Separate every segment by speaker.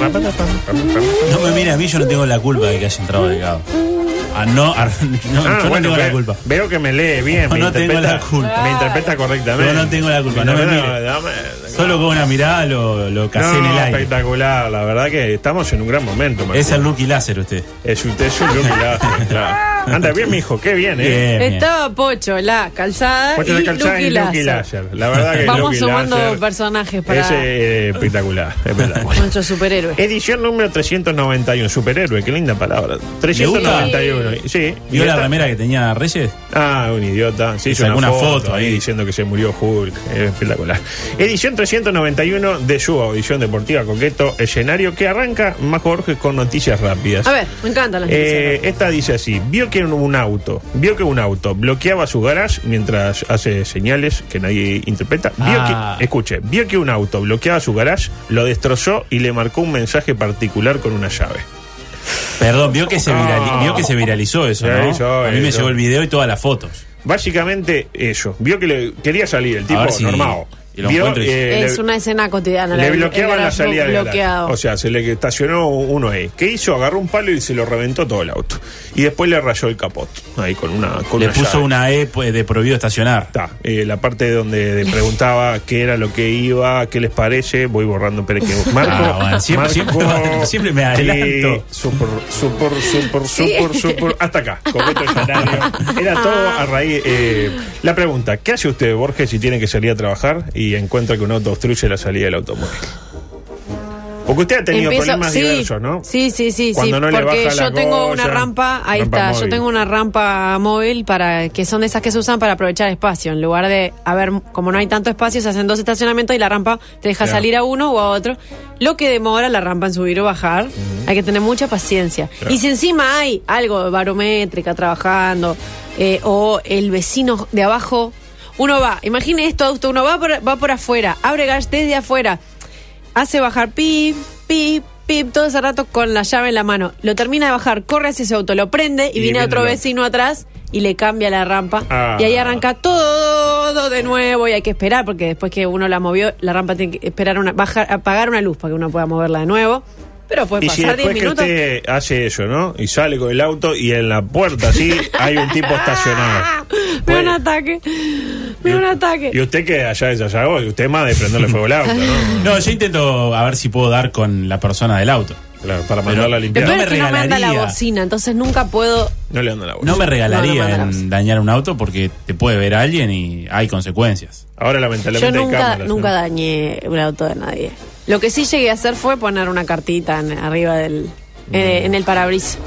Speaker 1: No me mires a mí, yo no tengo la culpa de que hayas entrado delgado. Ah, no, ar- no,
Speaker 2: Ah, bueno,
Speaker 1: yo no tengo la
Speaker 2: ve-
Speaker 1: culpa.
Speaker 2: Veo que me lee bien.
Speaker 1: No,
Speaker 2: me
Speaker 1: no tengo
Speaker 2: interpreta-
Speaker 1: la culpa.
Speaker 2: Me interpreta correctamente.
Speaker 1: Yo no tengo la culpa, no me
Speaker 2: interpreta-
Speaker 1: mire.
Speaker 2: dame-
Speaker 1: Solo con una mirada lo, lo casé en
Speaker 2: No,
Speaker 1: el aire.
Speaker 2: espectacular, la verdad que estamos en un gran momento. Martín.
Speaker 1: Es el rookie láser usted.
Speaker 2: Es un techo y un milagro, claro. Anda bien, mijo, qué bien, eh.
Speaker 1: Bien, bien.
Speaker 3: Estaba Pocho, la calzada
Speaker 2: Pocho
Speaker 3: y
Speaker 2: de calzada
Speaker 3: Lucky
Speaker 2: y Lucky
Speaker 3: Lazo.
Speaker 2: Laser. La verdad que
Speaker 3: Vamos
Speaker 2: Lucky
Speaker 3: sumando
Speaker 2: Laser
Speaker 3: personajes para
Speaker 2: Es eh, espectacular, espectacular.
Speaker 3: nuestro superhéroe.
Speaker 2: Edición número 391, superhéroe, qué linda palabra. 391, sí.
Speaker 1: ¿Vio
Speaker 2: y
Speaker 1: la
Speaker 2: esta-
Speaker 1: remera que tenía Reyes?
Speaker 2: Ah, un idiota. Sí, hizo
Speaker 1: Sacó
Speaker 2: una
Speaker 1: una
Speaker 2: foto,
Speaker 1: foto
Speaker 2: ahí
Speaker 1: ahí.
Speaker 2: diciendo que se murió Hulk. Es espectacular. Edición 391 de su audición deportiva coqueto, escenario que arranca más Jorge con noticias rápidas.
Speaker 3: A ver, me encantan las
Speaker 2: Eh,
Speaker 3: noticias.
Speaker 2: esta dice así, vio que un auto, vio que un auto bloqueaba su garage mientras hace señales que nadie interpreta. Vio
Speaker 1: Ah.
Speaker 2: que, escuche, vio que un auto bloqueaba su garage, lo destrozó y le marcó un mensaje particular con una llave.
Speaker 1: Perdón, vio que se, virali-
Speaker 2: No.
Speaker 1: vio que se viralizó eso,
Speaker 2: Se
Speaker 1: ¿no?
Speaker 2: viralizó,
Speaker 1: a mí me
Speaker 2: eso.
Speaker 1: llegó el video y todas las fotos.
Speaker 2: Básicamente eso, vio que le quería salir el tipo
Speaker 1: ver si-
Speaker 2: normado.
Speaker 1: y lo
Speaker 2: Vio,
Speaker 1: encuentro y-
Speaker 2: eh,
Speaker 3: es
Speaker 2: le-
Speaker 3: una escena cotidiana.
Speaker 2: Le
Speaker 3: del- el
Speaker 2: bloqueaban la
Speaker 3: garage
Speaker 2: salida del garage.
Speaker 3: bloqueado.
Speaker 2: O sea, se le estacionó uno ahí. ¿Qué hizo? Agarró un palo y se lo reventó todo el auto. Y después le rayó el capot. Ahí con una. Con
Speaker 1: Le
Speaker 2: una
Speaker 1: puso
Speaker 2: llave.
Speaker 1: una E pues, de prohibido estacionar.
Speaker 2: Está, eh, la parte donde le preguntaba qué era lo que iba, qué les parece, voy borrando pero que Marco,
Speaker 1: Ah, bueno, siempre-
Speaker 2: Marco,
Speaker 1: siempre- siempre me adelanto.
Speaker 2: sí, Super, super, super, super, super, hasta acá. completo escenario. Era todo a raíz. eh, la pregunta, ¿qué hace usted, Borges, si tiene que salir a trabajar y encuentra que un auto obstruye la salida del automóvil? Porque usted ha tenido
Speaker 3: Empiezo-
Speaker 2: problemas
Speaker 3: sí,
Speaker 2: diversos, ¿no?
Speaker 3: Sí, sí, sí,
Speaker 2: Cuando
Speaker 3: sí,
Speaker 2: no le
Speaker 3: porque
Speaker 2: baja la
Speaker 3: yo tengo una
Speaker 2: goya,
Speaker 3: rampa, ahí
Speaker 2: rampa
Speaker 3: está,
Speaker 2: móvil.
Speaker 3: yo tengo una rampa móvil para que son de esas que se usan para aprovechar espacio, en lugar de, a ver, como no hay tanto espacio, se hacen dos estacionamientos y la rampa te deja
Speaker 2: Claro.
Speaker 3: salir a uno o a otro, lo que demora la rampa en subir o bajar, hay que tener mucha paciencia.
Speaker 2: Claro.
Speaker 3: Y si encima hay algo de barométrica trabajando eh, o el vecino de abajo, uno va, imagine esto, adulto, uno va por, va por afuera, abre gas desde afuera hace bajar pip, pip, pip, todo ese rato con la llave en la mano. Lo termina de bajar, corre hacia ese auto, lo prende y,
Speaker 2: Y
Speaker 3: viene
Speaker 2: viene
Speaker 3: otro
Speaker 2: el-
Speaker 3: vecino atrás y le cambia la rampa.
Speaker 2: Ah.
Speaker 3: Y ahí arranca todo de nuevo y hay que esperar porque después que uno la movió, la rampa tiene que esperar una, bajar, apagar una luz para que uno pueda moverla de nuevo. Pero puede
Speaker 2: Y si
Speaker 3: pasar 10
Speaker 2: después que
Speaker 3: minutos.
Speaker 2: usted hace eso, ¿no? Y sale con el auto y en la puerta así hay un tipo estacionado.
Speaker 3: ¡Ah! Me da un
Speaker 2: Bueno.
Speaker 3: ataque. Me da un ataque.
Speaker 2: Y usted que allá es allá vos, y usted más de prenderle fuego al auto, ¿no?
Speaker 1: No, yo intento a ver si puedo dar con la persona del auto.
Speaker 2: Claro, para mandarla a
Speaker 3: Lo
Speaker 2: limpiar.
Speaker 1: Pero-
Speaker 3: peor
Speaker 1: no
Speaker 3: es
Speaker 1: me
Speaker 3: que no me anda la
Speaker 1: regalaría.
Speaker 3: bocina, entonces nunca puedo.
Speaker 2: No le ando la bolsa.
Speaker 1: No me regalaría
Speaker 3: No, no me
Speaker 1: en dañar un auto porque te puede ver alguien y hay consecuencias.
Speaker 2: Ahora
Speaker 3: Yo
Speaker 2: lamentablemente hay
Speaker 3: nunca,
Speaker 2: cámaras. ¿no?
Speaker 3: nunca dañé un auto de nadie. Lo que sí llegué a hacer fue poner una cartita en- arriba del.
Speaker 2: Mm.
Speaker 3: eh, en el parabrisas.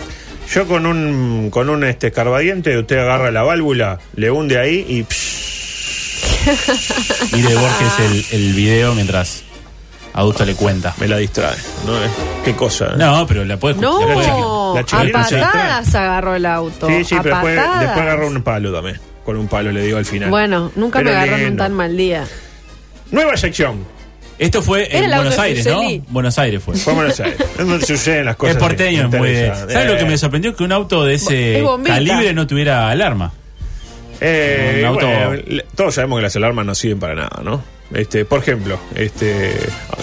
Speaker 2: Yo con un con un este escarbadiente, usted agarra la válvula, le hunde ahí y psh,
Speaker 1: Mire Borges
Speaker 3: Ah.
Speaker 1: el, el video mientras Adusto le cuenta.
Speaker 2: me la distrae. ¿no? Eh, Qué cosa. ¿eh?
Speaker 1: No, pero la puedes
Speaker 3: No,
Speaker 2: la
Speaker 3: a
Speaker 2: chiquilina se
Speaker 3: patadas agarró el auto.
Speaker 2: Sí, sí,
Speaker 3: a
Speaker 2: pero después,
Speaker 3: patadas.
Speaker 2: después agarra un palo también. Con un palo le digo al final.
Speaker 3: Bueno, nunca
Speaker 2: Pero
Speaker 3: me agarraron
Speaker 2: lindo.
Speaker 3: tan mal día.
Speaker 2: Nueva sección.
Speaker 1: Esto fue
Speaker 3: Era
Speaker 1: en
Speaker 3: el auto
Speaker 1: Buenos
Speaker 3: de
Speaker 1: Aires,
Speaker 3: Fuseli.
Speaker 1: ¿no? Buenos Aires fue.
Speaker 2: Fue a Buenos Aires. Es donde suceden las cosas.
Speaker 1: es porteño, es muy de-
Speaker 2: interesantes.
Speaker 1: ¿Sabes lo que
Speaker 2: Eh,
Speaker 1: me sorprendió? Que un auto de ese
Speaker 3: Es bombita.
Speaker 1: calibre no tuviera alarma.
Speaker 2: Eh,
Speaker 1: Un auto-
Speaker 2: bueno, le- todos sabemos que las alarmas no sirven para nada, ¿no? Este, por ejemplo, este,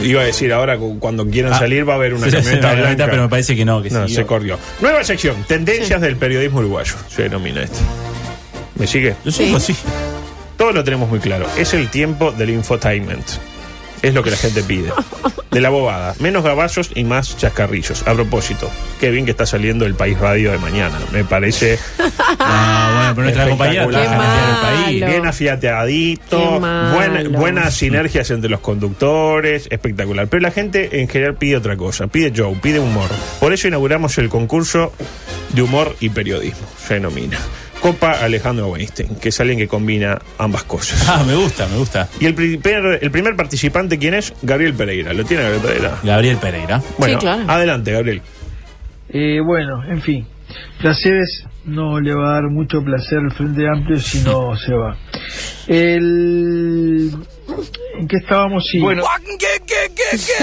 Speaker 2: iba a decir ahora cu- cuando quieran
Speaker 1: Ah.
Speaker 2: salir va a haber una
Speaker 1: Sí, sí,
Speaker 2: camioneta
Speaker 1: sí,
Speaker 2: blanca.
Speaker 1: pero me parece que no, que
Speaker 2: No,
Speaker 1: sí.
Speaker 2: se corrió. Nueva sección, tendencias del periodismo uruguayo, se denomina esto. ¿Me sigue?
Speaker 1: Yo soy así.
Speaker 2: Todos lo tenemos muy claro. Es el tiempo del infotainment. Es lo que la gente pide. De la bobada. Menos gabazos y más chascarrillos. A propósito, qué bien que está saliendo el País Radio de mañana. Me parece
Speaker 1: Ah, bueno, pero nuestra compañera
Speaker 2: Espectacular.
Speaker 1: trabaja en el
Speaker 3: Qué
Speaker 1: país.
Speaker 3: malo.
Speaker 2: Bien afiatadito,
Speaker 3: Qué malo.
Speaker 2: buen- buenas sinergias entre los conductores, espectacular. Pero la gente en general pide otra cosa, pide show, pide humor. Por eso inauguramos el concurso de humor y periodismo, se denomina. Copa Alejandro Weinstein, que es alguien que combina ambas cosas.
Speaker 1: Ah, me gusta, me gusta.
Speaker 2: Y el primer, el primer participante, ¿quién es? Gabriel Pereira. ¿Lo tiene Gabriel Pereira?
Speaker 1: Gabriel Pereira.
Speaker 2: Bueno,
Speaker 3: claro.
Speaker 2: adelante, Gabriel.
Speaker 4: Eh, bueno, en fin, placeres no le va a dar mucho placer al Frente Amplio si no se va. El... ¿En qué estábamos? Sí.
Speaker 2: Bueno,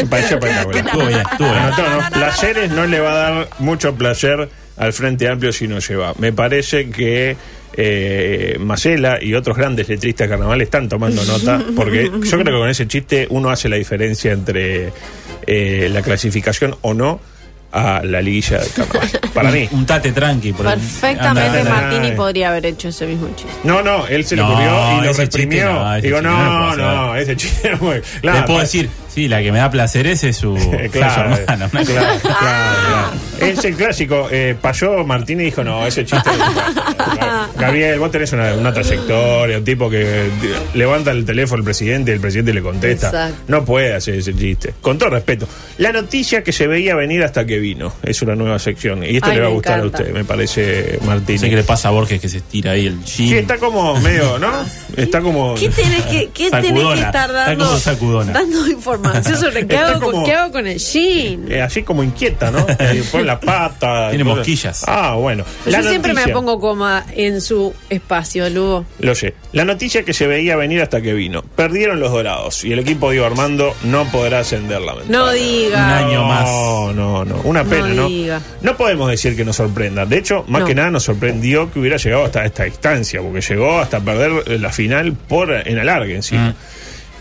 Speaker 2: Para allá, para acá, bueno.
Speaker 1: Estuvo bien, estuvo bien.
Speaker 2: Anotó, ¿no? Placeres no le va a dar mucho placer al Frente Amplio si no lleva. Me parece que eh, Macela y otros grandes letristas carnaval están tomando nota, porque yo creo que con ese chiste uno hace la diferencia entre eh, la clasificación o no a la liguilla de carnaval. Para mí.
Speaker 1: Un tate tranqui. por el- anda,
Speaker 3: Perfectamente
Speaker 1: anda.
Speaker 3: Martini podría haber hecho ese mismo chiste.
Speaker 2: No, no, él se le
Speaker 1: No,
Speaker 2: ocurrió y lo
Speaker 1: ese
Speaker 2: reprimió.
Speaker 1: chiste no, ese
Speaker 2: Digo,
Speaker 1: chiste no lo
Speaker 2: no,
Speaker 1: puedo
Speaker 2: no, ese chiste era muy. Claro,
Speaker 1: Le puedo decir, sí, la que me da placeres es su,
Speaker 2: Eh,
Speaker 1: es su
Speaker 2: Claro, eh,
Speaker 1: hermana.
Speaker 2: claro, claro, claro. Es el clásico. Eh, pasó Martínez y dijo, no, ese chiste. Gabriel, vos tenés una, una trayectoria, un tipo que te- levanta el teléfono el presidente y el presidente le contesta.
Speaker 3: Exacto.
Speaker 2: No puede hacer ese chiste. Con todo respeto. La noticia que se veía venir hasta que vino. Es una nueva sección. Y esto
Speaker 3: Ay,
Speaker 2: le va a
Speaker 3: me
Speaker 2: gustar
Speaker 3: encanta.
Speaker 2: a usted, me parece, Martínez.
Speaker 1: sé que le pasa a Borges que se estira ahí el jean.
Speaker 2: Sí, está como medio, ¿no? Está como.
Speaker 3: ¿Qué tenés que, qué tenés
Speaker 1: Sacudona.
Speaker 3: que estar
Speaker 1: Está
Speaker 3: dando,
Speaker 1: como sacudona.
Speaker 3: dando información sobre qué
Speaker 2: Está
Speaker 3: hago, con,
Speaker 2: como-
Speaker 3: qué hago con el jean?
Speaker 2: eh, así como inquieta, ¿no? Eh, Pon la pata.
Speaker 1: Tiene
Speaker 2: cosas.
Speaker 1: mosquillas.
Speaker 2: Ah, bueno.
Speaker 3: Yo
Speaker 2: La
Speaker 3: siempre me
Speaker 2: noticia-
Speaker 3: pongo coma en su espacio, Lugo.
Speaker 2: Lo sé. La noticia que se veía venir hasta que vino. Perdieron los dorados y el equipo de Diego Armando no podrá ascender la
Speaker 3: No diga.
Speaker 1: Un año más.
Speaker 2: No, no, no. Una
Speaker 3: No
Speaker 2: pena, ¿no?
Speaker 3: diga.
Speaker 2: No podemos decir que nos sorprenda. De hecho, más
Speaker 3: No.
Speaker 2: que nada nos sorprendió que hubiera llegado hasta esta distancia, porque llegó hasta perder eh, la final por en alargue
Speaker 1: Mm.
Speaker 2: encima.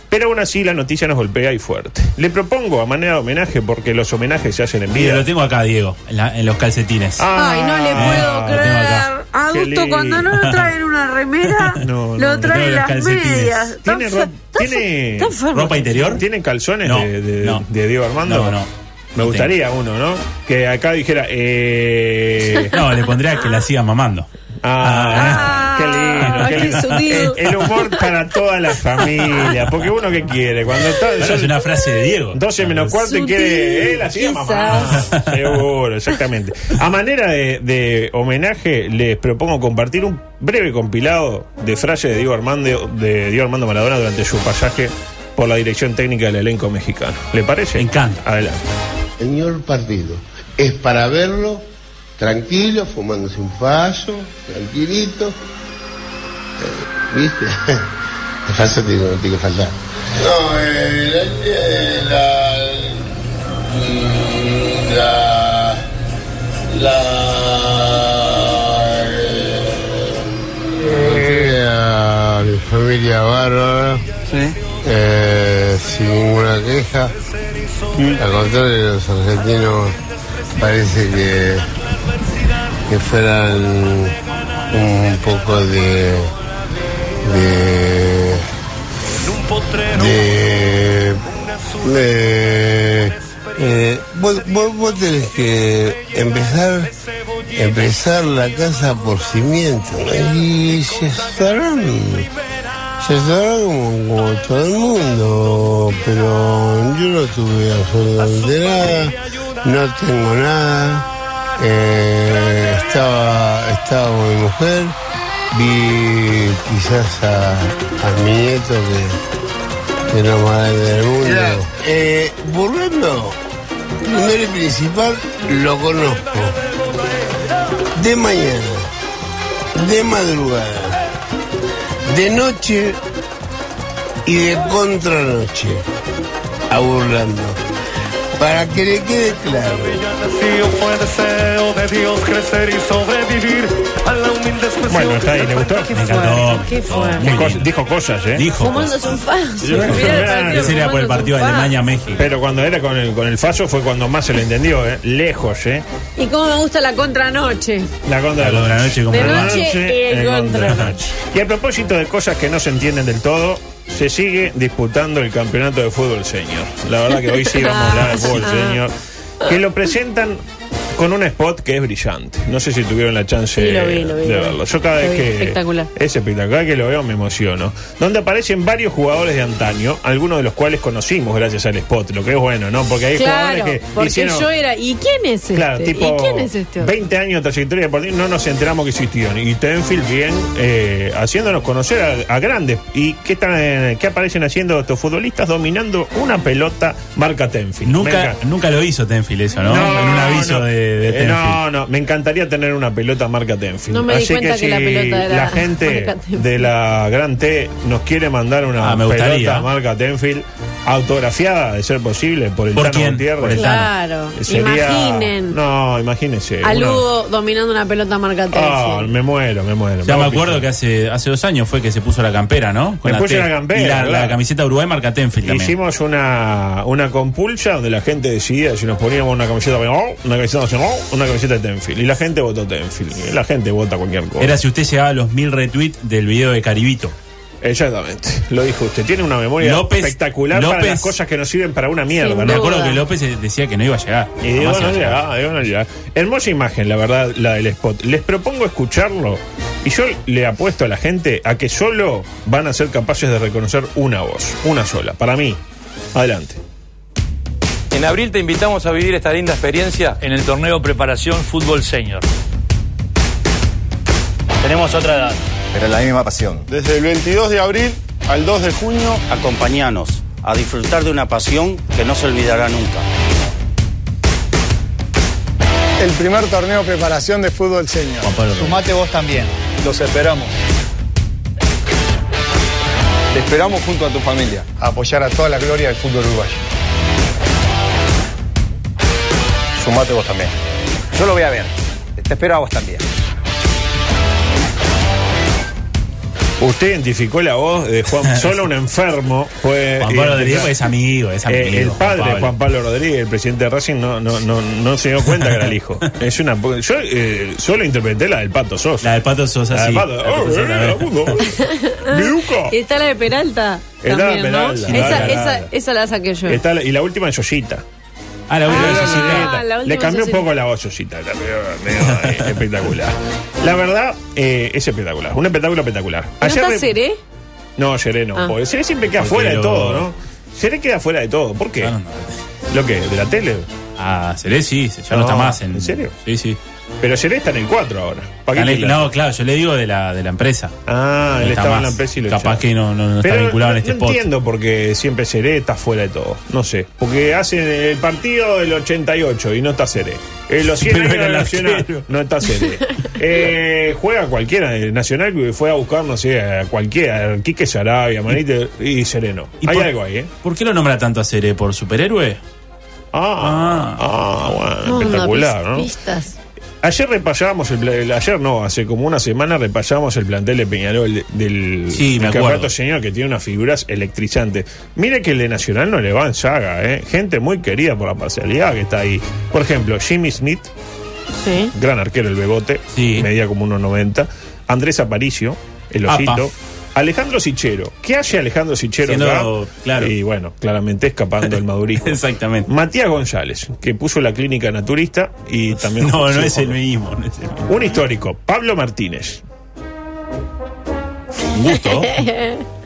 Speaker 2: Pero aún así la noticia nos golpea y fuerte. Le propongo a manera de homenaje, porque los homenajes se hacen en
Speaker 1: Mire,
Speaker 2: vida.
Speaker 1: lo tengo acá, Diego, en, la- en los calcetines.
Speaker 2: Ah,
Speaker 3: Ay, no le
Speaker 2: ah,
Speaker 3: puedo
Speaker 1: lo tengo
Speaker 3: creer.
Speaker 1: acá.
Speaker 2: Qué
Speaker 3: Adusto,
Speaker 2: lindo.
Speaker 3: cuando no lo traen una remera,
Speaker 2: No, no,
Speaker 3: lo
Speaker 2: no.
Speaker 1: Trae
Speaker 3: traen
Speaker 1: los
Speaker 3: las
Speaker 1: calcetines.
Speaker 3: medias. Está
Speaker 2: Tiene
Speaker 3: enfer-
Speaker 2: ro-
Speaker 3: está enfer-
Speaker 2: tiene
Speaker 3: está enfermo.
Speaker 1: ¿Ropa interior?
Speaker 2: ¿Tienen calzones
Speaker 1: No,
Speaker 2: de, de-
Speaker 1: no.
Speaker 2: de Diego Armando?
Speaker 1: No, no.
Speaker 2: Me
Speaker 1: No
Speaker 2: gustaría uno, ¿no? Que acá dijera, eh.
Speaker 1: No, le pondría que la siga mamando.
Speaker 2: Ah,
Speaker 3: Ah,
Speaker 2: qué lindo.
Speaker 3: ay, qué
Speaker 2: lindo.
Speaker 3: sutil.
Speaker 2: El, el humor para toda la familia. Porque uno que quiere, cuando está.
Speaker 1: Eso es una frase de Diego.
Speaker 2: 12 menos cuarto y
Speaker 3: Sutil,
Speaker 2: quiere eh, la siga mamá.
Speaker 3: quizás.
Speaker 2: Seguro, exactamente. A manera de, de homenaje, les propongo compartir un breve compilado de frases de Diego Armando, de Diego Armando Maradona durante su pasaje por la dirección técnica del elenco mexicano. ¿Le parece?
Speaker 1: Me encanta.
Speaker 2: Adelante.
Speaker 5: Señor partido, es para verlo tranquilo, fumándose un fallo, tranquilito. Eh, ¿Viste? El falso tiene, no tiene que faltar. No, mm, la, la, la, Eh, mi familia bárbara, eh, sin ninguna queja. Al contrario, los argentinos parece que, que fueran un poco de. de. de. de- eh, vos, vos- vos tenés que empezar empezar la casa por cimiento ¿no? y se estarán se sabe como, como todo el mundo, pero yo no tuve absolutamente nada, no tengo nada. Eh, estaba, estaba con mi mujer, vi quizás a, a mi nieto que- que es lo más grande del mundo. Eh, Burlando, primero y principal, lo conozco. De mañana, de madrugada de noche y de contranoche a burlando. Para que le quede claro.
Speaker 6: fue deseo de Dios crecer y sobrevivir a la humilde expresión
Speaker 2: Bueno, está ahí, ¿le gustó?
Speaker 1: Me encantó.
Speaker 3: Qué fuerte.
Speaker 1: Muy
Speaker 2: Cos-
Speaker 1: lindo.
Speaker 2: dijo cosas, ¿eh?
Speaker 1: Dijo.
Speaker 3: Fumando es un falso.
Speaker 2: Yo-
Speaker 3: Mira el partido,
Speaker 1: Ese era por el
Speaker 3: fumando
Speaker 1: partido
Speaker 3: es un falso.
Speaker 1: Alemania-México.
Speaker 2: Pero cuando era con el, con el fallo fue cuando más se lo entendió, ¿eh? Lejos, ¿eh?
Speaker 3: Y cómo me gusta la contranoche.
Speaker 2: La contra
Speaker 1: La
Speaker 2: de la
Speaker 1: noche con
Speaker 3: De
Speaker 1: Barbaro.
Speaker 3: noche. y
Speaker 2: en
Speaker 3: contra
Speaker 2: contra.
Speaker 3: noche.
Speaker 2: Y a propósito de cosas que no se entienden del todo, se sigue disputando el campeonato
Speaker 3: Ah,
Speaker 2: de fútbol senior. La verdad que hoy sí vamos a hablar de fútbol senior. Que lo presentan con un spot que es brillante. No sé si tuvieron la chance
Speaker 3: Sí, lo vi, lo vi,
Speaker 2: de
Speaker 3: lo vi.
Speaker 2: verlo. Yo cada
Speaker 3: Lo
Speaker 2: vez
Speaker 3: vi,
Speaker 2: que.
Speaker 3: espectacular.
Speaker 2: Es espectacular. Cada vez que lo veo me emociono. Donde aparecen varios jugadores de antaño, algunos de los cuales conocimos gracias al spot, lo que es bueno, ¿no? Porque hay
Speaker 3: Claro,
Speaker 2: jugadores que
Speaker 3: porque
Speaker 2: hicieron.
Speaker 3: yo era. ¿Y quién es este?
Speaker 2: Claro, tipo,
Speaker 3: ¿Y quién es este? otro?
Speaker 2: 20 años de trayectoria deportiva, no nos enteramos que existieron. Y Tenfield bien eh, haciéndonos conocer a, a grandes. ¿Y qué, tan, qué aparecen haciendo estos futbolistas dominando una pelota marca Tenfield? Me
Speaker 1: Nunca,
Speaker 2: encanta.
Speaker 1: nunca lo hizo Tenfield eso, ¿no? en un aviso
Speaker 2: no.
Speaker 1: de, de
Speaker 2: Eh,
Speaker 1: Tenfield.
Speaker 2: No, no, me encantaría tener una pelota marca Tenfield.
Speaker 3: No me di
Speaker 2: Así
Speaker 3: cuenta
Speaker 2: que, si
Speaker 3: que la pelota era
Speaker 2: la gente
Speaker 3: marca Tenfield.
Speaker 2: de la Gran T nos quiere mandar una
Speaker 1: Ah, me
Speaker 2: pelota
Speaker 1: gustaría.
Speaker 2: marca Tenfield autografiada, de ser posible, por el
Speaker 1: ¿Por
Speaker 2: Tano
Speaker 1: quién?
Speaker 2: Gutiérrez.
Speaker 1: Por el Tano.
Speaker 3: Claro,
Speaker 2: Eh, Sería-
Speaker 3: imaginen.
Speaker 2: No, imagínense.
Speaker 3: a
Speaker 2: uno-
Speaker 3: Lugo dominando una pelota marca
Speaker 2: Ah,
Speaker 3: Tenfield.
Speaker 2: me muero, me muero.
Speaker 1: Ya me
Speaker 2: hago
Speaker 1: acuerdo que
Speaker 2: pija.
Speaker 1: hace, hace dos años fue que se puso la campera, ¿no?
Speaker 2: Me puse
Speaker 1: T.
Speaker 2: la campera,
Speaker 1: Y la, la
Speaker 2: claro.
Speaker 1: camiseta Uruguay marca Tenfield también.
Speaker 2: Hicimos una, una compulsa donde la gente decidía si nos poníamos una camiseta oh, una camiseta nacional, oh, una camiseta de Tenfield. Y la gente votó Tenfield. La gente vota cualquier cosa.
Speaker 1: Era si usted llegaba a los mil retweets del video de Caribito.
Speaker 2: Exactamente. Lo dijo usted. Tiene una memoria
Speaker 1: López-
Speaker 2: espectacular para
Speaker 1: López-
Speaker 2: las cosas que nos sirven para una mierda,
Speaker 3: Sin
Speaker 1: Me
Speaker 2: ¿no?
Speaker 3: duda.
Speaker 1: acuerdo que López eh, decía que no iba a llegar.
Speaker 2: Y
Speaker 1: Jamás
Speaker 2: digo,
Speaker 1: iba
Speaker 2: no
Speaker 1: a llegar.
Speaker 2: llegaba, digo, no llegaba. Hermosa imagen, la verdad, la del spot. Les propongo escucharlo y yo le apuesto a la gente a que solo van a ser capaces de reconocer una voz, una sola. Para mí, adelante.
Speaker 7: En abril te invitamos a vivir esta linda experiencia en el torneo Preparación Fútbol Senior. Tenemos otra edad.
Speaker 8: pero la misma pasión.
Speaker 9: Desde el 22 de abril al 2 de junio,
Speaker 8: Acompañanos a disfrutar de una pasión que no se olvidará nunca.
Speaker 9: el primer torneo preparación de fútbol senior.
Speaker 1: Juan Pablo Rodríguez.
Speaker 8: Sumate vos también. Los esperamos. Te esperamos junto a tu familia.
Speaker 9: A apoyar a toda la gloria del fútbol uruguayo.
Speaker 8: Sumate vos también. Yo lo voy a ver. Te espero a vos también.
Speaker 2: Usted identificó la voz de Juan, solo un enfermo fue.
Speaker 1: Juan Pablo
Speaker 2: identificar-
Speaker 1: Rodríguez pues, es amigo, es amigo.
Speaker 2: Eh, el padre Juan Pablo.
Speaker 1: Pablo.
Speaker 2: Rodríguez, el presidente de Racing, no, no, no, no se dio cuenta que era el hijo. Es una, po- yo eh, solo interpreté la del Pato Sosa.
Speaker 1: La del Pato Sosa,
Speaker 2: La
Speaker 1: sí.
Speaker 2: del Pato.
Speaker 1: La del Pato
Speaker 2: Oh,
Speaker 1: Sosa,
Speaker 2: eh,
Speaker 1: la-
Speaker 2: la- Miuca.
Speaker 3: Y está la de Peralta.
Speaker 2: Está la
Speaker 3: también,
Speaker 2: de
Speaker 3: ¿no?
Speaker 2: Peralta,
Speaker 3: Esa,
Speaker 2: claro.
Speaker 3: esa, esa la saqué yo.
Speaker 2: Está la- y la última es Yoyita.
Speaker 1: Ah, la última
Speaker 3: Ah,
Speaker 1: vez
Speaker 3: la
Speaker 2: eh,
Speaker 1: sí,
Speaker 3: última.
Speaker 1: sí.
Speaker 3: la
Speaker 2: Le cambió un
Speaker 3: Yoyita.
Speaker 2: poco la voz, Yoyita. Era medio- medio, eh, espectacular. La verdad, eh, es espectacular. Un espectáculo espectacular.
Speaker 3: ¿No
Speaker 2: Ayer
Speaker 3: está
Speaker 2: re-
Speaker 3: Seré?
Speaker 2: No, Seré no.
Speaker 3: Ah.
Speaker 2: porque Seré siempre queda
Speaker 1: Porque
Speaker 2: fuera de
Speaker 1: lo-
Speaker 2: todo, ¿no? Seré queda fuera de todo. ¿Por qué?
Speaker 1: Ah, no, no.
Speaker 2: ¿Lo qué? ¿De la tele?
Speaker 1: Ah, Seré sí, ya
Speaker 2: No,
Speaker 1: no, está más. En,
Speaker 2: ¿en serio?
Speaker 1: Sí, sí.
Speaker 2: Pero Seré está en el 4 ahora. ¿Para
Speaker 1: Está
Speaker 2: qué
Speaker 1: en el-
Speaker 2: tela?
Speaker 1: no, claro, yo le digo de la, de la empresa.
Speaker 2: Ah,
Speaker 1: No
Speaker 2: él
Speaker 1: está
Speaker 2: estaba en la
Speaker 1: más.
Speaker 2: empresa y lo
Speaker 1: Capaz
Speaker 2: echaron.
Speaker 1: que no- no- no está vinculado en este
Speaker 2: no
Speaker 1: podcast.
Speaker 2: entiendo porque siempre Seré está fuera de todo. No sé. Porque hacen el partido del 88 y no está Seré. Eh, los 100
Speaker 1: Pero
Speaker 2: años
Speaker 1: era
Speaker 2: de
Speaker 1: el
Speaker 2: Nacional
Speaker 1: arquero.
Speaker 2: no está Seré. Eh, juega cualquiera. El Nacional que fue a buscar, no sé, a cualquiera. Quique Sarabia, Manite y Seré no.
Speaker 1: ¿Y
Speaker 2: Hay
Speaker 1: por-
Speaker 2: algo ahí, ¿eh?
Speaker 1: ¿Por qué lo nombra tanto a Seré? ¿Por superhéroe?
Speaker 2: Ah, ah, bueno,
Speaker 3: No,
Speaker 2: espectacular,
Speaker 3: no,
Speaker 2: ¿no?
Speaker 3: pistas.
Speaker 2: Ayer repasábamos el, pla- el- ayer no, hace como una semana repasábamos el plantel de Peñarol de- del,
Speaker 1: Sí,
Speaker 2: del
Speaker 1: me acuerdo.
Speaker 2: campeonato señor que tiene unas figuras electrizantes. Mire que el de Nacional no le va en saga, ¿eh? gente muy querida por la parcialidad que está ahí. Por ejemplo, Jimmy Smith,
Speaker 3: Sí.
Speaker 2: gran arquero el Bebote,
Speaker 1: Sí.
Speaker 2: medía como 1.90, Andrés Aparicio, el
Speaker 1: Apa.
Speaker 2: osito. Alejandro Sichero. ¿Qué hace Alejandro Sichero
Speaker 1: Siendo-
Speaker 2: acá?
Speaker 1: claro.
Speaker 2: Y bueno, claramente escapando del madurismo.
Speaker 1: Exactamente.
Speaker 2: Matías González, que puso la clínica naturista y también...
Speaker 1: No, no
Speaker 2: Sí,
Speaker 1: es el
Speaker 2: ojo.
Speaker 1: mismo. No es el mismo.
Speaker 2: Un histórico, Pablo Martínez.
Speaker 1: Un gusto.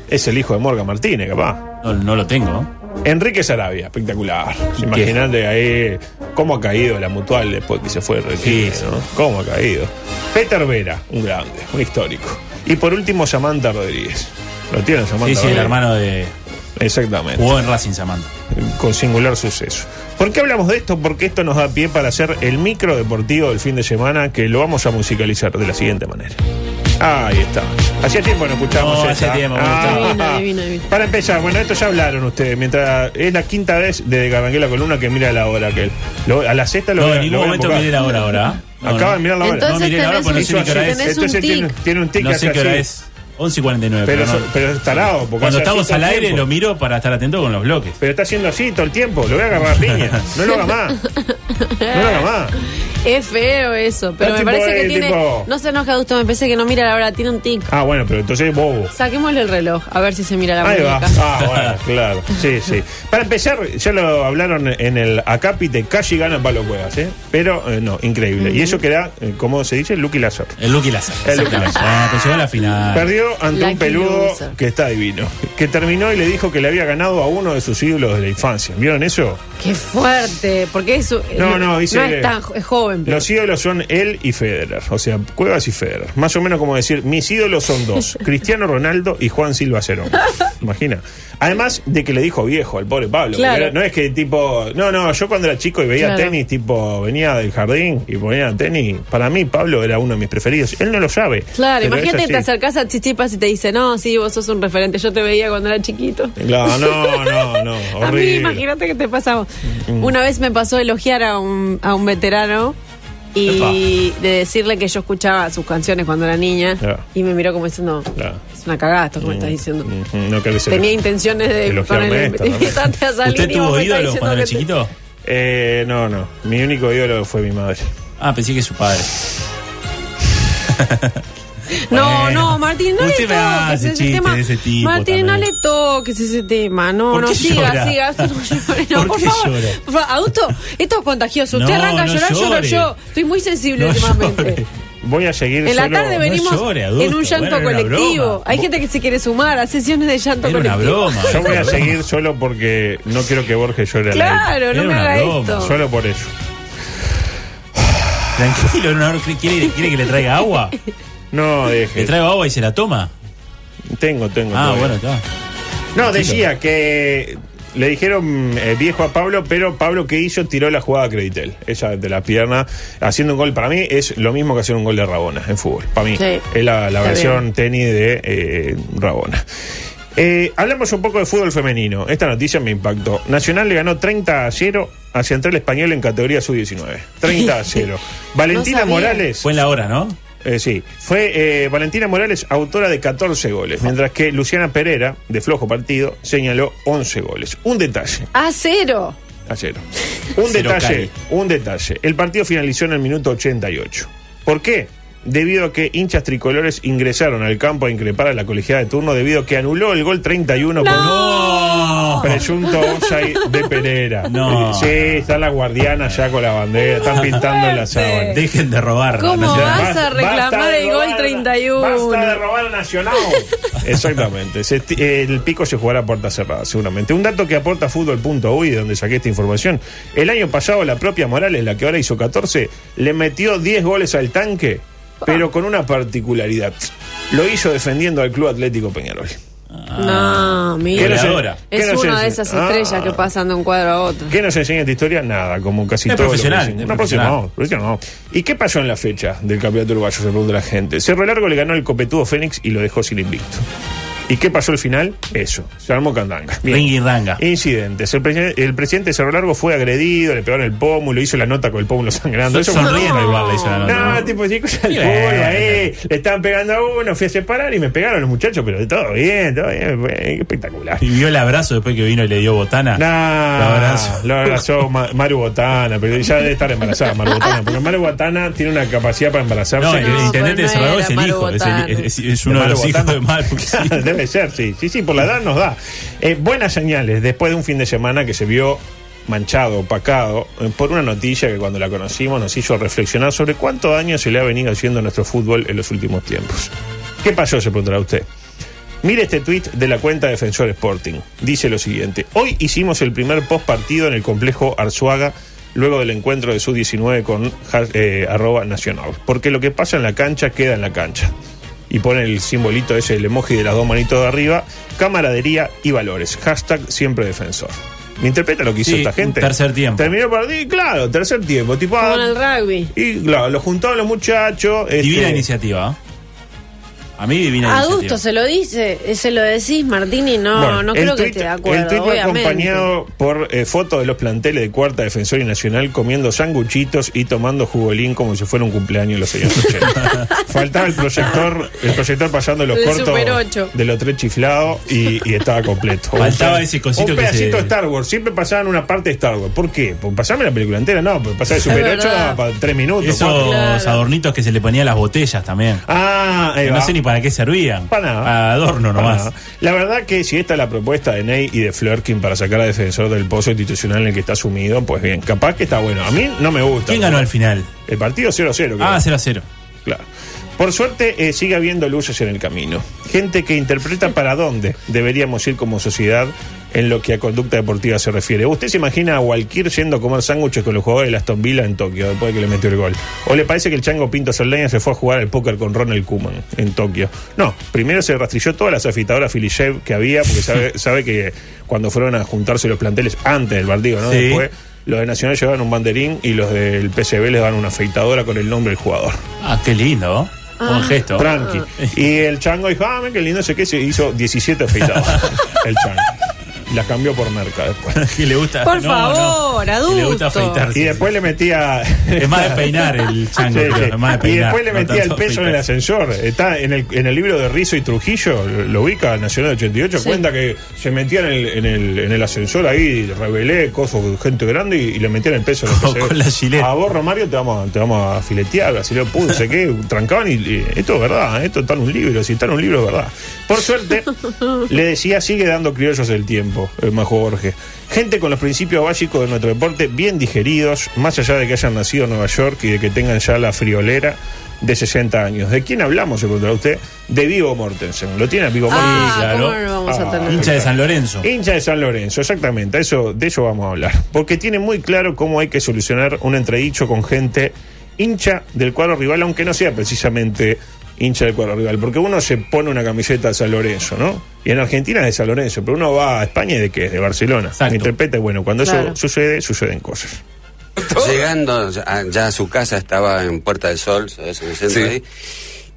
Speaker 2: Es el hijo de Morgan Martínez, capaz.
Speaker 1: No, no lo tengo. ¿no?
Speaker 2: Enrique Sarabia, espectacular.
Speaker 1: ¿Y
Speaker 2: Imagínate ahí cómo ha caído la mutual después que se fue de Requina,
Speaker 1: Sí,
Speaker 2: ¿no? Cómo ha caído. Peter Vera, un grande, un histórico. Y por último, Samantha Rodríguez. ¿Lo tienen, Samantha?
Speaker 1: Sí, sí, el
Speaker 2: Rodríguez?
Speaker 1: hermano de.
Speaker 2: Exactamente.
Speaker 1: Jugó en Racing Samantha.
Speaker 2: con singular suceso. ¿Por qué hablamos de esto? Porque esto nos da pie para hacer el micro deportivo del fin de semana que lo vamos a musicalizar de la siguiente manera. Ahí está. Hacía tiempo que no escuchábamos
Speaker 1: No,
Speaker 2: esta.
Speaker 1: Oh,
Speaker 2: Ah.
Speaker 1: hacía tiempo que no
Speaker 3: escuchábamos. Divino, divino, divino.
Speaker 2: Para empezar, bueno, esto ya hablaron ustedes. Mientras es la quinta vez desde que arranqué la columna que mira la hora aquel. Lo- a la sexta lo
Speaker 1: No,
Speaker 2: voy a-
Speaker 1: en
Speaker 2: lo
Speaker 1: ningún
Speaker 2: voy a
Speaker 1: momento
Speaker 2: enfocar.
Speaker 1: miré la hora ahora. ¿eh? No,
Speaker 2: Acaba
Speaker 1: no.
Speaker 2: de mirar la hora. Este
Speaker 1: No,
Speaker 3: Entonces
Speaker 1: miren, ahora
Speaker 3: tenés
Speaker 1: porque no
Speaker 3: un
Speaker 1: sé ni qué
Speaker 3: tic,
Speaker 1: hora es.
Speaker 3: tenés
Speaker 2: Entonces
Speaker 3: un
Speaker 2: tiene,
Speaker 3: tic.
Speaker 2: tiene un tic
Speaker 1: No
Speaker 2: que
Speaker 1: sé
Speaker 2: hace
Speaker 1: qué hora
Speaker 2: así.
Speaker 1: es. 11.49.
Speaker 2: Pero,
Speaker 1: pero no-
Speaker 2: so- pero está tarado. porque hace
Speaker 1: Cuando
Speaker 2: así
Speaker 1: estamos
Speaker 2: todo el
Speaker 1: al aire
Speaker 2: tiempo.
Speaker 1: lo miro para estar atento con los bloques.
Speaker 3: Eh.
Speaker 2: Pero está haciendo así todo el tiempo. Lo voy a agarrar a piña. No lo haga más. No lo haga más.
Speaker 3: Es feo eso, pero
Speaker 2: No, tipo,
Speaker 3: me parece que
Speaker 2: eh,
Speaker 3: tiene.
Speaker 2: tipo-
Speaker 3: No se enoja, Augusto, me parece que no mira la hora, tiene un tic.
Speaker 2: Ah, bueno, pero entonces bobo.
Speaker 3: Saquémosle el reloj, a ver si se mira la
Speaker 2: Ahí va.
Speaker 3: muñeca.
Speaker 2: Ah, bueno, claro. Sí, sí. Para empezar, ya lo hablaron en el Acapite, casi ganan Palo Cuevas, ¿eh? Pero eh, no, increíble. Y eso que era, eh, ¿cómo se dice? Lucky Lazar.
Speaker 1: El Lucky Lazar.
Speaker 2: El Lucky
Speaker 1: Exactamente. Ah, que llegó a la final.
Speaker 2: Perdió ante
Speaker 3: Lucky
Speaker 2: un peludo
Speaker 3: loser.
Speaker 2: que está divino. Que terminó y le dijo que le había ganado a uno de sus ídolos de la infancia. ¿Vieron eso?
Speaker 3: Qué fuerte, porque eso.
Speaker 2: No, no, dice
Speaker 3: No
Speaker 2: que-
Speaker 3: es tan jo- es joven. pero-
Speaker 2: Los ídolos son él y Federer, o sea, Cuevas y Federer. Más o menos como decir, mis ídolos son dos, Cristiano Ronaldo y Juan Silva Cerón. Imagina. Además de que le dijo viejo al pobre Pablo. porque
Speaker 3: Claro.
Speaker 2: era- No es que tipo, no, no, yo cuando era chico y veía
Speaker 3: Claro.
Speaker 2: tenis, tipo, venía del jardín y ponía tenis. Para mí Pablo era uno de mis preferidos. Él no lo sabe.
Speaker 3: Claro,
Speaker 2: pero es
Speaker 3: imagínate que te
Speaker 2: así.
Speaker 3: acercás a Chichipas y te dice, no, sí, vos sos un referente, yo te veía cuando era chiquito.
Speaker 2: No, no, no, no,
Speaker 3: A mí,
Speaker 2: horrible.
Speaker 3: imagínate que te pasaba. Una vez me pasó elogiar a un, a un veterano y de decirle que yo escuchaba sus canciones cuando era niña
Speaker 2: Claro.
Speaker 3: y me miró como diciendo,
Speaker 2: Claro.
Speaker 3: es una cagada esto que me
Speaker 1: Mm.
Speaker 3: estás diciendo.
Speaker 2: Ujú, Mm, No creo que se-
Speaker 3: Tenía intenciones de
Speaker 2: Elogiarme
Speaker 3: ponerle
Speaker 2: esta, ¿no?
Speaker 3: invitarte a salir
Speaker 1: ¿Usted
Speaker 3: y vos
Speaker 1: tuvo
Speaker 3: me estás
Speaker 1: ídolos
Speaker 3: diciendo
Speaker 1: cuando era
Speaker 3: que te-
Speaker 1: chiquito?
Speaker 2: Eh, no, no. Mi único ídolo fue mi madre.
Speaker 1: Ah, pensé que su padre.
Speaker 3: No,
Speaker 1: Bueno.
Speaker 3: no, Martín, no
Speaker 1: Usted
Speaker 3: le
Speaker 1: me
Speaker 3: toques
Speaker 1: hace
Speaker 3: ese
Speaker 1: chistes
Speaker 3: tema.
Speaker 1: de ese tipo
Speaker 3: Martín, no le
Speaker 1: también.
Speaker 3: toques ese tema. No,
Speaker 1: ¿Por
Speaker 3: no,
Speaker 1: qué
Speaker 3: siga,
Speaker 1: llora?
Speaker 3: siga. Usted no llore, no,
Speaker 1: ¿Por
Speaker 3: por,
Speaker 1: qué
Speaker 3: favor.
Speaker 1: llora?
Speaker 3: Por favor, Augusto, esto es contagioso. Usted
Speaker 1: No,
Speaker 3: arranca a
Speaker 1: no
Speaker 3: llorar, lloro
Speaker 1: llore.
Speaker 3: yo. Estoy muy sensible
Speaker 1: No
Speaker 3: últimamente.
Speaker 1: llore.
Speaker 2: Voy a seguir
Speaker 3: En la
Speaker 2: solo-
Speaker 3: tarde venimos
Speaker 1: llore, Augusto.
Speaker 3: en un llanto
Speaker 1: Bueno, era una
Speaker 3: colectivo.
Speaker 1: broma.
Speaker 3: Hay gente que se quiere sumar a sesiones de llanto
Speaker 1: Era una
Speaker 3: colectivo.
Speaker 1: broma.
Speaker 2: Yo voy a seguir solo porque no quiero que Borges llore a la
Speaker 3: Claro,
Speaker 1: Era
Speaker 3: no me
Speaker 1: una
Speaker 3: haga
Speaker 1: broma.
Speaker 2: vez.
Speaker 3: esto.
Speaker 2: Solo por eso.
Speaker 1: Tranquilo, no, no, ¿quiere, ¿quiere que le traiga agua?
Speaker 2: No,
Speaker 1: ¿Le
Speaker 2: deje.
Speaker 1: traigo agua y se la toma?
Speaker 2: Tengo, tengo.
Speaker 1: Ah,
Speaker 2: todavía.
Speaker 1: bueno, está.
Speaker 2: No, decía que le dijeron eh, viejo a Pablo, pero Pablo que hizo tiró la jugada a Creditel. Esa de la pierna. Haciendo un gol para mí es lo mismo que hacer un gol de Rabona en fútbol. Para mí.
Speaker 3: Sí.
Speaker 2: Es la, la
Speaker 3: Está
Speaker 2: versión tenis de eh, Rabona. Eh, hablamos un poco de fútbol femenino. Esta noticia me impactó. Nacional le ganó 30 a 0 a Central Español en categoría sub-19. 30 a 0. Valentina
Speaker 3: sabía.
Speaker 2: Morales.
Speaker 1: Fue en la hora, ¿no?
Speaker 2: Eh, sí, fue eh, Valentina Morales autora de 14 goles, mientras que Luciana Pereira, de flojo partido, señaló 11 goles. Un detalle,
Speaker 3: A cero.
Speaker 2: a cero. Un
Speaker 1: Cero
Speaker 2: detalle,
Speaker 1: Cali.
Speaker 2: un detalle. El partido finalizó en el minuto 88. ¿Por qué? Debido a que hinchas tricolores ingresaron al campo a increpar a la colegiada de turno debido a que anuló el gol 31 por
Speaker 3: Oh.
Speaker 1: ¡No!
Speaker 2: presunto offside de Pereira.
Speaker 1: No.
Speaker 2: Sí, está la guardiana ya con la bandera, están pintando la sábana.
Speaker 1: Dejen de robar.
Speaker 3: ¿Cómo
Speaker 1: Nacional.
Speaker 3: va? Vas a
Speaker 2: Basta-
Speaker 3: reclamar
Speaker 2: basta de
Speaker 3: el gol
Speaker 2: robar-
Speaker 3: 31.
Speaker 2: Basta de robar a Nacional. Exactamente. Se esti- el pico se jugará a puerta cerrada, seguramente. Un dato que aporta Fútbol.uy, de donde saqué esta información. El año pasado, la propia Morales, la que ahora hizo 14, le metió 10 goles al tanque, pero con una particularidad. Lo hizo defendiendo al Club Atlético Peñarol.
Speaker 1: Ah.
Speaker 3: No, mira.
Speaker 2: ¿Qué nos-
Speaker 1: Goleadora.
Speaker 2: qué
Speaker 3: Es
Speaker 2: nos
Speaker 3: una de
Speaker 2: ense-
Speaker 3: esas
Speaker 2: Ah.
Speaker 3: estrellas que pasan de un cuadro a otro.
Speaker 2: ¿Qué nos enseña esta historia? Nada, como casi
Speaker 1: Es
Speaker 2: todo. lo que
Speaker 1: profesional,
Speaker 2: enseña.
Speaker 1: es
Speaker 2: No,
Speaker 1: profesional.
Speaker 2: profesional, profesional no. ¿Y qué pasó en la fecha del campeonato uruguayo? Se pregunta la gente. Cerro Largo le ganó el Copetudo Fénix y lo dejó sin invicto. ¿Y qué pasó al final? Eso. Se armó candanga. Bien.
Speaker 1: Ringirranga.
Speaker 2: Incidentes. El, presi- el presidente de Cerro Largo fue agredido, le pegaron el pómulo, hizo la nota con el pómulo sangrando. Eso fue-
Speaker 1: Sonriendo
Speaker 3: No.
Speaker 1: igual le hizo la nota,
Speaker 2: no,
Speaker 1: ¿no?
Speaker 2: tipo, sí, cosa del
Speaker 1: Sí,
Speaker 2: fútbol,
Speaker 1: bueno,
Speaker 2: ahí, le estaban pegando a uno, fui a separar y me pegaron los muchachos, pero todo bien, todo bien, fue espectacular.
Speaker 1: Y vio el abrazo después que vino y le dio botana.
Speaker 2: No,
Speaker 1: Lo abrazó.
Speaker 2: lo abrazó Ma- Maru Botana, pero ya debe estar embarazada Maru Botana, porque Maru Botana tiene una capacidad para embarazarse.
Speaker 1: No,
Speaker 2: que-
Speaker 1: el
Speaker 3: pero
Speaker 1: intendente de
Speaker 3: no
Speaker 1: Cerrado
Speaker 3: era
Speaker 1: es el
Speaker 3: Maru
Speaker 1: hijo. Es, el-
Speaker 3: Botana.
Speaker 1: es- es uno de,
Speaker 2: Maru
Speaker 1: los hijos
Speaker 2: Botana. Este-
Speaker 1: de Maru. sí.
Speaker 2: Debe ser, sí, sí, sí, por la edad nos da. Eh, buenas señales, después de un fin de semana que se vio manchado, opacado, eh, por una noticia que cuando la conocimos nos hizo reflexionar sobre cuánto daño se le ha venido haciendo a nuestro fútbol en los últimos tiempos. ¿Qué pasó? Se preguntará usted. Mire este tuit de la cuenta Defensor Sporting. Dice lo siguiente. Hoy hicimos el primer post partido en el complejo Arzuaga luego del encuentro de su 19 con has- eh, arroba nacional. Porque lo que pasa en la cancha queda en la cancha. Y pone el simbolito ese, el emoji de las dos manitos de arriba, camaradería y valores. Hashtag siempre defensor. ¿Me interpreta lo que hizo
Speaker 1: Sí,
Speaker 2: esta
Speaker 1: un
Speaker 2: gente?
Speaker 1: tercer tiempo.
Speaker 2: Terminó el partido, y claro, tercer tiempo. Tipo, ah,
Speaker 3: Como en el rugby.
Speaker 2: y claro, lo juntaron los muchachos.
Speaker 1: Divina
Speaker 2: este,
Speaker 1: iniciativa. ¿eh? A mí divina
Speaker 3: Adusto
Speaker 1: iniciativa.
Speaker 3: se lo dice, eh, se lo decís Martín y no,
Speaker 2: Bueno,
Speaker 3: no
Speaker 2: el
Speaker 3: creo que
Speaker 2: tuit-
Speaker 3: esté de acuerdo.
Speaker 2: El tuit fue
Speaker 3: obviamente.
Speaker 2: acompañado por eh, fotos de los planteles de Cuarta Defensor y Nacional comiendo sanguchitos y tomando jugolín como si fuera un cumpleaños de los señores 80. Faltaba el proyector, el proyector pasando los
Speaker 3: El Super
Speaker 2: cortos
Speaker 3: 8.
Speaker 2: de los tres chiflados y, y estaba completo.
Speaker 1: Faltaba
Speaker 2: Un pe-
Speaker 1: ese cosito
Speaker 2: Un
Speaker 1: que
Speaker 2: pedacito
Speaker 1: se-
Speaker 2: de Star Wars. Siempre pasaban una parte de Star Wars. ¿Por qué? Porque pasarme la película entera, no, porque pasar el Super 8
Speaker 3: verdad.
Speaker 2: daba para tres minutos.
Speaker 1: Esos
Speaker 2: cuatro.
Speaker 1: adornitos que se le ponía a las botellas también.
Speaker 2: Ah, ahí
Speaker 1: Que no
Speaker 2: va.
Speaker 1: sé ni para qué servían.
Speaker 2: Para nada.
Speaker 1: Para adorno
Speaker 2: Para
Speaker 1: nomás.
Speaker 2: nada. La verdad que si esta es la propuesta de Ney y de Flerkin para sacar a defensor del pozo institucional en el que está sumido, pues bien, capaz que está bueno. A mí no me gusta.
Speaker 1: ¿Quién ganó al final?
Speaker 2: El partido 0-0. creo.
Speaker 1: Ah, 0 a 0.
Speaker 2: Claro. Por suerte eh, sigue habiendo luces en el camino. Gente que interpreta para dónde deberíamos ir como sociedad en lo que a conducta deportiva se refiere. ¿Usted se imagina a Walkir yendo a comer sándwiches con los jugadores de Aston Villa en Tokio después de que le metió el gol? ¿O le parece que el chango Pinto Saldaña se fue a jugar al póker con Ronald Koeman en Tokio? No, primero se rastrilló todas las afeitadoras Filishev que había, porque sabe, sabe que cuando fueron a juntarse los planteles antes del partido, ¿no?
Speaker 1: Sí.
Speaker 2: Después, los de Nacional llevaban un banderín y los del PSV les daban una afeitadora con el nombre del jugador.
Speaker 1: Ah, qué lindo. ¿no?
Speaker 3: Ah.
Speaker 1: Buen gesto.
Speaker 2: Tranqui. Y el chango dijo, ah, mira qué lindo, sé qué, se hizo 17 afeitados. el chango. La cambió por merca después.
Speaker 1: Que le gusta.
Speaker 3: Por
Speaker 1: no,
Speaker 3: favor,
Speaker 1: no. Que Le gusta
Speaker 3: adulto.
Speaker 1: afeitarse.
Speaker 2: Y después le metía.
Speaker 1: Es más de peinar el chango,
Speaker 2: Sí,
Speaker 1: creo,
Speaker 2: sí.
Speaker 1: es más de
Speaker 2: y
Speaker 1: peinar,
Speaker 2: después le
Speaker 1: no
Speaker 2: metía el
Speaker 1: tanto
Speaker 2: peso en el
Speaker 1: afeitarse.
Speaker 2: ascensor. Está en el, en el libro de Rizzo y Trujillo, lo, lo ubica Nacional 88, cuenta que se metían en el, en el, en el ascensor ahí, revelé cosas, gente grande y, y le metían el peso en el
Speaker 1: Con-
Speaker 2: PCB.
Speaker 1: con la gilet.
Speaker 2: A vos, Romario, te vamos, a- te vamos a filetear, brasileño, pum, no sé qué, trancaban y, y esto es verdad, ¿eh? esto está en un libro, si está en un libro es verdad. Por suerte, le decía, sigue dando criollos el tiempo, eh, Majo Borges. Gente con los principios básicos de nuestro deporte bien digeridos, más allá de que hayan nacido en Nueva York y de que tengan ya la friolera de 60 años. ¿De quién hablamos, se preguntará usted? De Vivo Mortensen. ¿Lo tiene a Vivo
Speaker 3: Ah,
Speaker 2: Mortensen?
Speaker 3: ¿cómo no lo vamos a tener?
Speaker 1: Hincha de San Lorenzo.
Speaker 2: Hincha de San Lorenzo, exactamente, a eso, de eso vamos a hablar. Porque tiene muy claro cómo hay que solucionar un entredicho con gente hincha del cuadro rival, aunque no sea precisamente hincha del cuadro rival. Porque uno se pone una camiseta de San Lorenzo, ¿no? Y en Argentina es de San Lorenzo, pero uno va a España y de qué? De Barcelona.
Speaker 1: Exacto.
Speaker 2: Interpreta, y bueno, cuando
Speaker 3: Claro.
Speaker 2: eso sucede, suceden cosas.
Speaker 10: Llegando a- ya a su casa, estaba en Puerta del Sol, ¿sabes? En el centro ahí.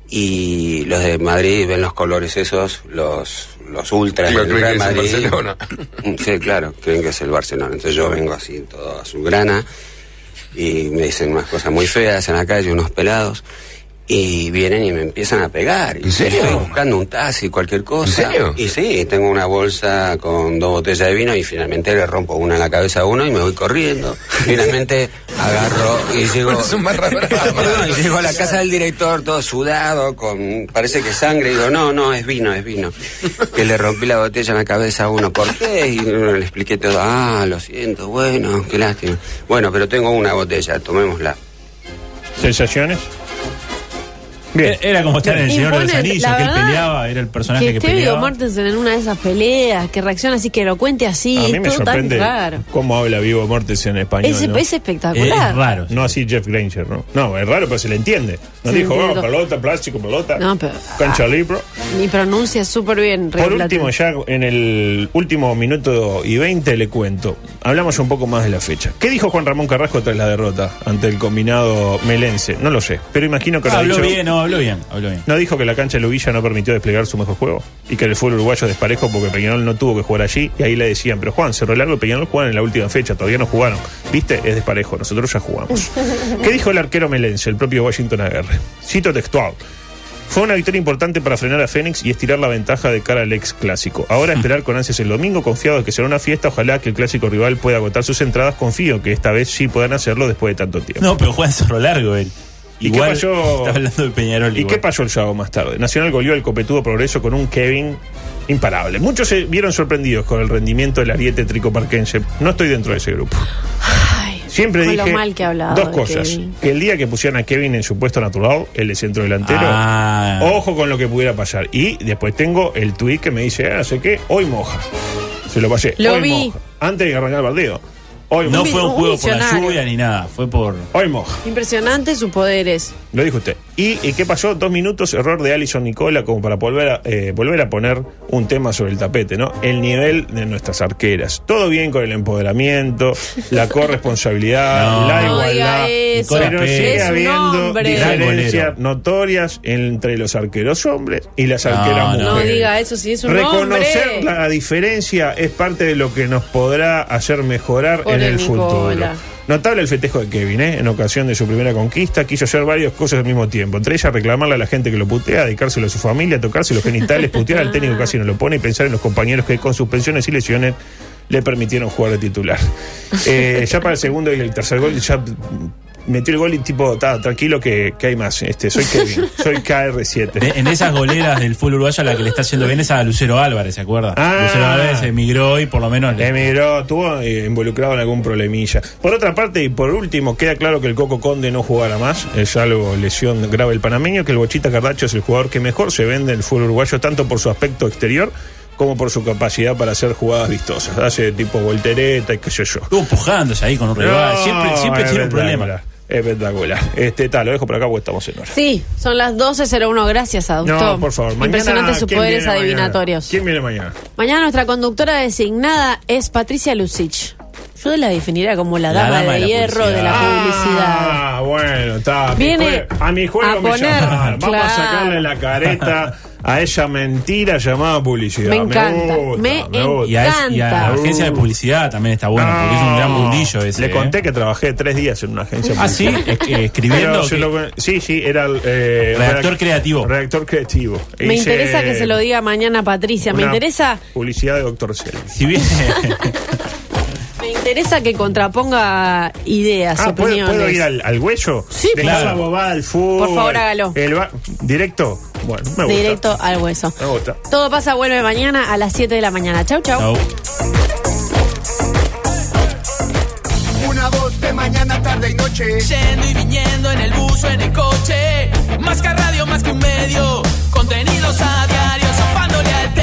Speaker 10: Y los de Madrid ven los colores esos, los, los ultras
Speaker 11: Claro,
Speaker 10: del
Speaker 11: creen
Speaker 10: Real
Speaker 11: que es el
Speaker 10: Madrid.
Speaker 11: Barcelona.
Speaker 10: Sí, claro, creen que es el Barcelona. Entonces yo vengo así, todo azulgrana, y me dicen unas cosas muy feas en la calle, unos pelados. Y vienen y me empiezan a pegar. Y
Speaker 11: serio?
Speaker 10: estoy buscando un taxi, cualquier cosa.
Speaker 11: serio?
Speaker 10: Y sí, tengo una bolsa con dos botellas de vino y finalmente le rompo una en la cabeza a uno y me voy corriendo. Finalmente agarro y llego.
Speaker 11: Es un barra brava.
Speaker 10: No, y llego a la casa del director todo sudado, con parece que sangre, y digo, no, no, es vino, es vino. Que le rompí la botella en la cabeza a uno, ¿por qué? Y le expliqué todo, ah, lo siento, bueno, qué lástima. Bueno, pero tengo una botella, tomémosla.
Speaker 2: ¿Sensaciones?
Speaker 1: Era- Era como estar en el
Speaker 3: Y
Speaker 1: Señor de los
Speaker 3: ponen-
Speaker 1: Anillos,
Speaker 3: la
Speaker 1: que él
Speaker 3: verdad,
Speaker 1: peleaba, era el personaje
Speaker 3: Que este
Speaker 1: que,
Speaker 3: esté Viggo
Speaker 1: peleaba.
Speaker 3: Mortensen en una de esas peleas, que reacciona así, que lo cuente así,
Speaker 2: a mí
Speaker 3: es
Speaker 2: me
Speaker 3: todo
Speaker 2: sorprende
Speaker 3: tan raro.
Speaker 2: cómo habla Vivo Mortensen en español.
Speaker 3: Ese
Speaker 2: ¿no?
Speaker 3: es espectacular.
Speaker 1: Es raro.
Speaker 2: No así Jeff Granger, ¿no? No, es raro, pero se le entiende. No
Speaker 3: Se le
Speaker 2: dijo,
Speaker 3: entiende
Speaker 2: "Ah,
Speaker 3: todo.
Speaker 2: pelota, plástico, pelota,
Speaker 3: No, pero- ah,
Speaker 2: cancha libro.
Speaker 3: Y pronuncia súper bien.
Speaker 2: Por
Speaker 3: Regla-
Speaker 2: último, ya en el último minuto y 20 le cuento. Hablamos un poco más de la fecha. ¿Qué dijo Juan Ramón Carrasco tras la derrota ante el combinado melense? No lo sé, pero imagino que
Speaker 1: Ah,
Speaker 2: lo
Speaker 1: habló
Speaker 2: dicho-
Speaker 1: bien, no, habló bien, habló bien.
Speaker 2: ¿No dijo que la cancha de Lubilla no permitió desplegar su mejor juego? Y que el fútbol uruguayo es desparejo porque Peñarol no tuvo que jugar allí. Y ahí le decían, pero Juan, Cerro Largo y Peñarol juegan en la última fecha, todavía no jugaron. ¿Viste? Es desparejo, nosotros ya jugamos. ¿Qué dijo el arquero melense, el propio Washington Aguirre? Cito textual. Fue una victoria importante para frenar a Fénix y estirar la ventaja de cara al ex clásico. Ahora esperar con ansias el domingo, confiado de que será una fiesta, ojalá que el clásico rival pueda agotar sus entradas, confío que esta vez sí puedan hacerlo después de tanto tiempo.
Speaker 1: No, pero juega en Cerro Largo él.
Speaker 2: ¿Y
Speaker 1: Igual
Speaker 2: qué pasó?
Speaker 1: Está hablando de Peñarol.
Speaker 2: ¿Y
Speaker 1: igual.
Speaker 2: qué pasó el sábado más tarde? Nacional goleó al copetudo Progreso con un Kevin imparable. Muchos se vieron sorprendidos con el rendimiento del ariete tricoparquense. No estoy dentro de ese grupo. Siempre
Speaker 3: con
Speaker 2: dije
Speaker 3: lo mal que ha hablado
Speaker 2: dos
Speaker 3: de
Speaker 2: cosas.
Speaker 3: Kevin.
Speaker 2: Que el día que pusieran a Kevin en su puesto natural, el de centro delantero,
Speaker 1: Ah.
Speaker 2: ojo con lo que pudiera pasar. Y después tengo el tuit que me dice, ah, no sé qué, hoy moja. Se lo pasé.
Speaker 3: Lo
Speaker 2: hoy
Speaker 3: vi.
Speaker 2: moja. Antes de que arrancara el partido. Hoy
Speaker 1: No
Speaker 2: moja.
Speaker 1: fue un
Speaker 3: un
Speaker 1: juego por la
Speaker 3: visionario.
Speaker 1: lluvia ni nada, fue por.
Speaker 2: Hoy moja.
Speaker 3: Impresionante sus poderes.
Speaker 2: Lo dijo usted. ¿Y, y qué pasó? Dos minutos, error de Alison Nicola como para volver a, eh, volver a poner un tema sobre el tapete, ¿no? El nivel de nuestras arqueras. Todo bien con el empoderamiento, la corresponsabilidad,
Speaker 1: No.
Speaker 2: la
Speaker 1: No
Speaker 2: igualdad,
Speaker 3: diga eso.
Speaker 2: Pero sigue
Speaker 3: es un
Speaker 2: habiendo
Speaker 3: hombre.
Speaker 2: diferencias notorias entre los arqueros hombres y las arqueras
Speaker 3: No
Speaker 2: mujeres.
Speaker 3: diga eso, si es un
Speaker 2: Reconocer
Speaker 3: hombre.
Speaker 2: la diferencia es parte de lo que nos podrá hacer mejorar
Speaker 3: Pobre
Speaker 2: en el
Speaker 3: Nicola.
Speaker 2: futuro. Notable el festejo de Kevin, ¿eh? en ocasión de su primera conquista, quiso hacer varias cosas al mismo tiempo. Entre ellas, reclamarle a la gente que lo putea, dedicárselo a su familia, tocarse los genitales, putear al técnico que casi no lo pone y pensar en los compañeros que con suspensiones y lesiones le permitieron jugar de titular. Eh, ya para el segundo y el tercer gol, ya metió el gol y tipo, "Ta, tranquilo que, que hay más. Este, soy Kevin, soy KR7.
Speaker 1: De- en esas goleras del fútbol uruguayo, la que le está haciendo bien es a Lucero Álvarez, ¿se acuerda?
Speaker 2: Ah. Em-
Speaker 1: Lucero Álvarez emigró y por lo menos. le-
Speaker 2: Emigró, estuvo eh, involucrado en algún problemilla. Por otra parte, y por último, queda claro que el Coco Conde no jugará más, eh, salvo lesión grave el panameño, que el Bochita Cardacho es el jugador que mejor se vende en el fútbol uruguayo, tanto por su aspecto exterior como por su capacidad para hacer jugadas vistosas. Hace tipo voltereta y qué sé yo.
Speaker 1: Estuvo empujándose ahí con un rival. siempre siempre tiene un problema.
Speaker 2: Espectacular. Este, tal, lo dejo por acá porque estamos en hora.
Speaker 3: Sí, son las 12.01. Gracias, aductor.
Speaker 2: No, por favor. Mañana,
Speaker 3: Impresionante sus
Speaker 2: ¿quién
Speaker 3: poderes
Speaker 2: viene mañana?
Speaker 3: adivinatorios.
Speaker 2: ¿Quién viene mañana?
Speaker 3: Mañana nuestra conductora designada es Patricia Lucich. Yo la definiría como la dama, de, hierro de la publicidad.
Speaker 2: Ah, bueno, está. A mi
Speaker 3: Viene
Speaker 2: jue- a mi juego
Speaker 3: a
Speaker 2: me
Speaker 3: poner-
Speaker 2: llamaron. Vamos
Speaker 3: claro.
Speaker 2: a sacarle la careta a esa mentira llamada publicidad.
Speaker 3: Me encanta,
Speaker 2: gusta,
Speaker 3: me
Speaker 2: gusta.
Speaker 1: Y a, es- y a la agencia de publicidad también está bueno, porque es un gran mundillo ese.
Speaker 2: Le
Speaker 1: ¿eh?
Speaker 2: conté que trabajé tres días en una agencia.
Speaker 1: Ah, sí,
Speaker 2: publicitaria.
Speaker 1: es que escribiendo.
Speaker 2: Pero yo
Speaker 1: que-
Speaker 2: lo- sí, sí, era el. eh,
Speaker 1: Redactor
Speaker 2: redac-
Speaker 1: creativo.
Speaker 2: Redactor creativo.
Speaker 3: Me
Speaker 2: Hice
Speaker 3: interesa que se lo diga mañana Patricia. Me
Speaker 2: una
Speaker 3: interesa,
Speaker 2: Publicidad de Doctor Selvi.
Speaker 1: Si bien.
Speaker 3: me interesa que contraponga ideas,
Speaker 2: Ah, ¿puedo,
Speaker 3: opiniones.
Speaker 2: puedo ir al, al huello?
Speaker 3: Sí, por
Speaker 2: Dejar la
Speaker 3: favor.
Speaker 2: bobada al fútbol.
Speaker 3: Por favor, hágalo.
Speaker 2: El ba- ¿Directo? Bueno, me gusta.
Speaker 3: Directo al hueso.
Speaker 2: Me gusta.
Speaker 3: Todo pasa, vuelve mañana a las 7 de la mañana. Chau, chau.
Speaker 11: Una voz de mañana, tarde y noche. Yendo y viniendo en el bus o en el coche. Más que radio, más que un medio. Contenidos a diario, zafándole al tema.